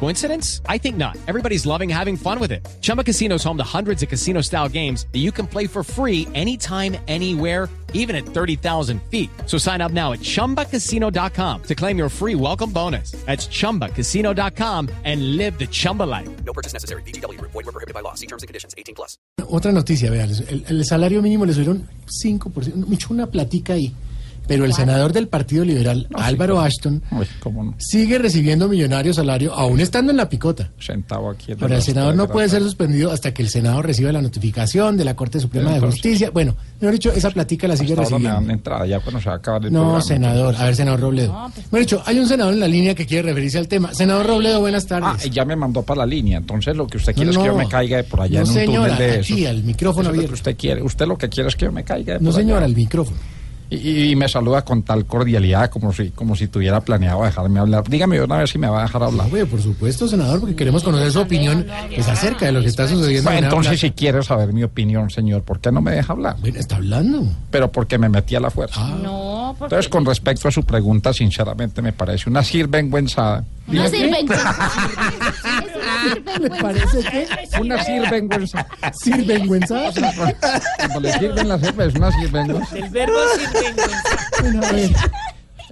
Coincidence? I think not. Everybody's loving having fun with it. Chumba Casino is home to hundreds of casino style games that you can play for free anytime, anywhere even at 30,000 feet. So sign up now at ChumbaCasino.com to claim your free welcome bonus. That's ChumbaCasino.com and live the Chumba life. No purchase necessary. BGW. Void were prohibited by law. See terms and conditions. 18 plus. Otra noticia, vea, les- el, el salario mínimo le subieron 5%, mucho una platica ahí. Pero el senador del Partido Liberal, Álvaro Ashton, Uy, cómo no. sigue recibiendo millonario salario, aún estando en la picota. Sentado aquí. en Ahora, el las senador no cuadras. puede ser suspendido hasta que el Senado reciba la notificación de la Corte Suprema de Entonces. Justicia. Bueno, mejor dicho, esa platica la sigue Hasta ahora me recibiendo. dan entrada, ya cuando se va a acabar el No, programa. senador. A ver, senador Robledo. pues, Mejor dicho, hay un senador en la línea que quiere referirse al tema. Senador Robledo, buenas Ah, tardes. ya me mandó para la línea, entonces lo que usted quiere No, es que yo no. me caiga de por allá No, en un señora, túnel de aquí, esos. al micrófono Eso es lo abierto. que usted quiere, usted lo que quiere es que yo me caiga de No, por allá. señora, al micrófono. Y, y me saluda con tal cordialidad como si como si tuviera planeado dejarme hablar. Dígame de una vez si me va a dejar hablar. Ah, güey, por supuesto, senador, porque queremos conocer su opinión pues, acerca de lo que está sucediendo. Bueno, en Habla- entonces si quiere saber mi opinión, señor, ¿por qué no me deja hablar? Bueno, está hablando. Pero porque me metí a la fuerza. Ah. No, porque Entonces, con respecto a su pregunta, sinceramente me parece una sirvenguenzada. no sirven. ¿Le Ah, parece que Una sirvenguenzada. sirvenguenza? Cuando le sirven la cerveza, es una sirvenguenza. El verbo sirvenguenza. Bueno, a ver.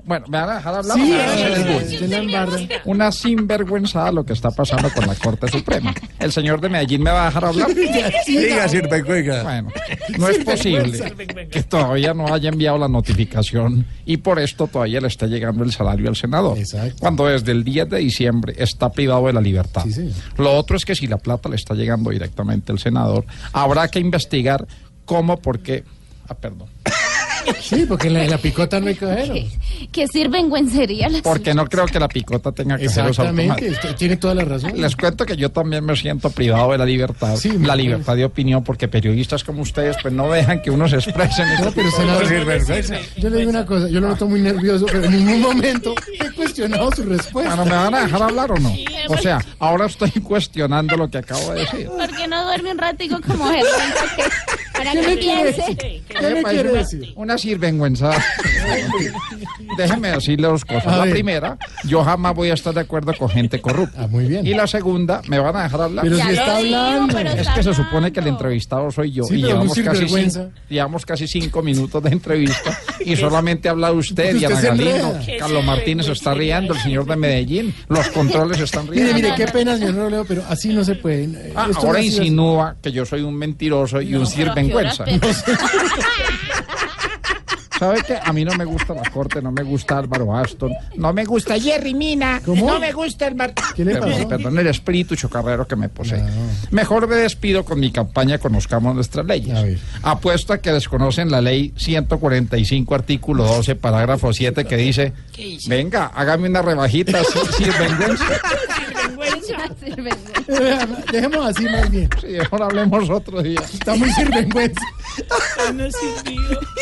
Bueno, ¿me van a dejar hablar? Sí, eh. Ah, a ver, sí, voy. usted la embarra. Una sinvergüenzada lo que está pasando con la Corte Suprema. ¿El señor de Medellín me va a dejar hablar? Diga, Sirvencuenca. Bueno, no es posible que todavía no haya enviado la notificación y por esto todavía le está llegando el salario al senador. Exacto. Cuando desde el 10 de diciembre está privado de la libertad. Sí, señor. Lo otro es que si la plata le está llegando directamente al senador, habrá que investigar cómo, por qué. Ah, perdón. Sí, porque en la, en la picota no hay cajero. Que sirven güencería la Porque no creo que la picota tenga que ser Exactamente, usted tiene toda la razón. Les cuento que yo también me siento privado de la libertad, Sí, me la parece. libertad de opinión, porque periodistas como ustedes pues no dejan que uno se exprese. en este No, pero tipo de- senador, Sirvencuenca. yo le digo una cosa, yo lo noto muy nervioso, pero en ningún momento he cuestionado su Bueno, respuesta. ¿me van a dejar hablar o no? O sea, ahora estoy cuestionando lo que acabo de decir. Porque no duerme un ratico como él. Para ¿Qué que le quiere piense. decir? ¿Qué le quiere decir? Una sirvenguenza. Déjeme decirle dos A cosas. La ver. primera, yo jamás voy a estar de acuerdo con gente corrupta. Ah, muy bien. Y la segunda, ¿me van a dejar hablar? Pero si Ya está lo digo, hablando. pero Es está que se supone que el hablando. entrevistado soy yo Sí, y pero llevamos un casi, sinvergüenza. cinco, llevamos casi cinco minutos de entrevista y solamente ha hablado usted, Porque Diana usted se Galindo, enreda. Carlos Martínez se está riendo, el señor de Medellín, los controles se están Mire, riendo. mire, no, qué no, pena, señor Robledo, pero así no se pueden. eh, Ah, esto no ahora ha sido así. insinúa que yo soy un mentiroso y un sirvencuenza. ¿Sabe qué? A mí no me gusta la corte, no me gusta Álvaro Aston, no me gusta Jerry Mina, ¿Cómo? no me gusta el Martín. ¿Qué le perdón, pasó? perdón, el espíritu chocarrero que me posee. Mejor me despido con mi campaña Conozcamos Nuestras A ver. Leyes. Apuesto a que desconocen la ley 145, artículo 12, parágrafo 7, que dice, venga, hágame una rebajita sí, sirvencuenza. Sirven. Dejemos así más bien. Sí, ahora hablemos otro día. Está muy pues. sinvergüenza. No sirvió.